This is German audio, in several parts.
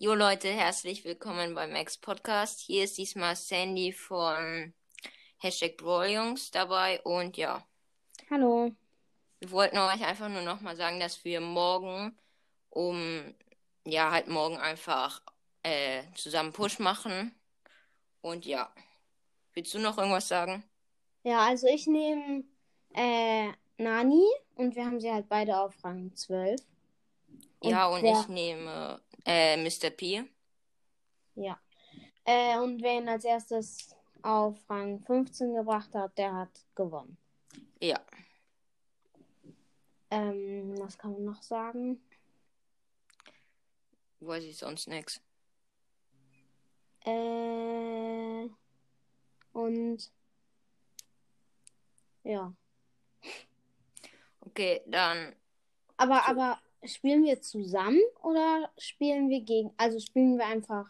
Jo Leute, herzlich willkommen beim Max Podcast. Hier ist diesmal Sandy von Hashtag Brawljungs dabei und ja, Hallo. wir wollten euch einfach nur nochmal sagen, dass wir morgen um, ja, halt morgen einfach äh, zusammen Push machen. Und ja, willst du noch irgendwas sagen? Ja, also ich nehme äh, Nani und wir haben sie halt beide auf Rang 12. Und ja, und wer, ich nehme äh, Mr. P. Ja. Äh, und wer ihn als erstes auf Rang 15 gebracht hat, der hat gewonnen. Ja, Ähm, was kann man noch sagen? weiß ich sonst nichts. Äh, und ja. Okay, dann Aber, aber spielen wir zusammen oder spielen wir gegen, also spielen wir einfach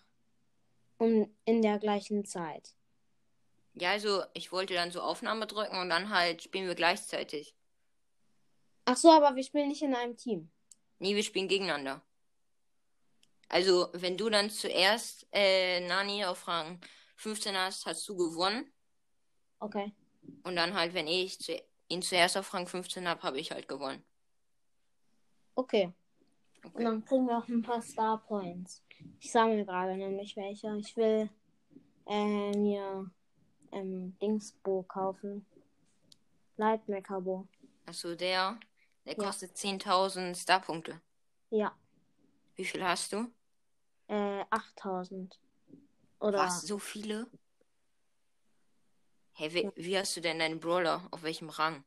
um, in der gleichen Zeit? Ja, also ich wollte dann so Aufnahme drücken und dann halt spielen wir gleichzeitig. Ach so, aber wir spielen nicht in einem Team. Nee, wir spielen gegeneinander. Also, wenn du dann zuerst äh, Nani auf Rang 15 hast, hast du gewonnen. Okay. Und dann halt, wenn ich zu ihn zuerst auf Rang 15 habe, habe ich halt gewonnen. Okay. Und Okay. dann kriegen wir auch ein paar Star Points. Ich sammle gerade nämlich welche. Ich will äh, mir ähm, Dingsbo kaufen. Lightmeckerbo. Achso, Also, der, der Ja. kostet 10.000 Starpunkte. Ja. Wie viel hast du? Äh, 8000. Oder. Was, so viele? Hey, wie, wie hast du denn deinen Brawler? Auf welchem Rang?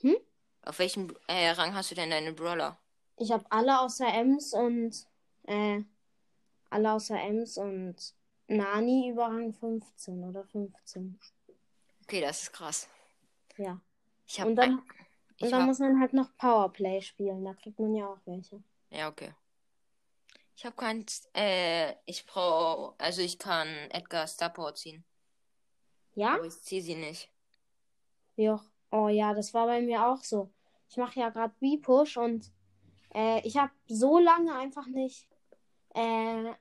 Hm? Auf welchem äh, Rang hast du denn deine Brawler? Ich habe alle außer Ems und. Äh, alle außer Ems und Nani über Rang 15 oder 15. Okay, das ist krass. Ja. Ich hab Und dann, ein- und ich dann hab, muss man halt noch Powerplay spielen. Da kriegt man ja auch welche. ja, okay. Ich habe kein, äh, ich brauch, also ich kann Edgar Starport ziehen, Ja? aber ich ziehe sie nicht. Joch. Oh ja, das war bei mir auch so. Ich mache ja gerade B-Push und äh, ich habe so lange einfach nicht äh,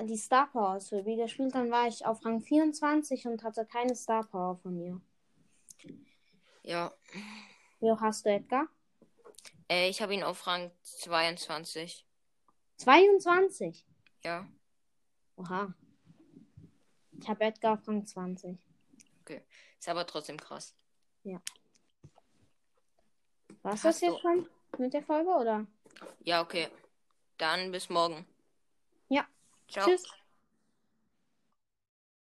die Star Power für B gespielt. Dann war ich auf Rang 24 und hatte keine Star Power von mir. Ja, Joch, hast du Edgar? äh, ich habe ihn auf Rang 22. 22. Ja, Oha. Ich habe Edgar auf Rang 20. okay. Ist aber trotzdem krass. War das Hast jetzt du- schon mit der Folge oder? Ja, okay. Dann bis morgen. Ja. Ciao. Tschüss.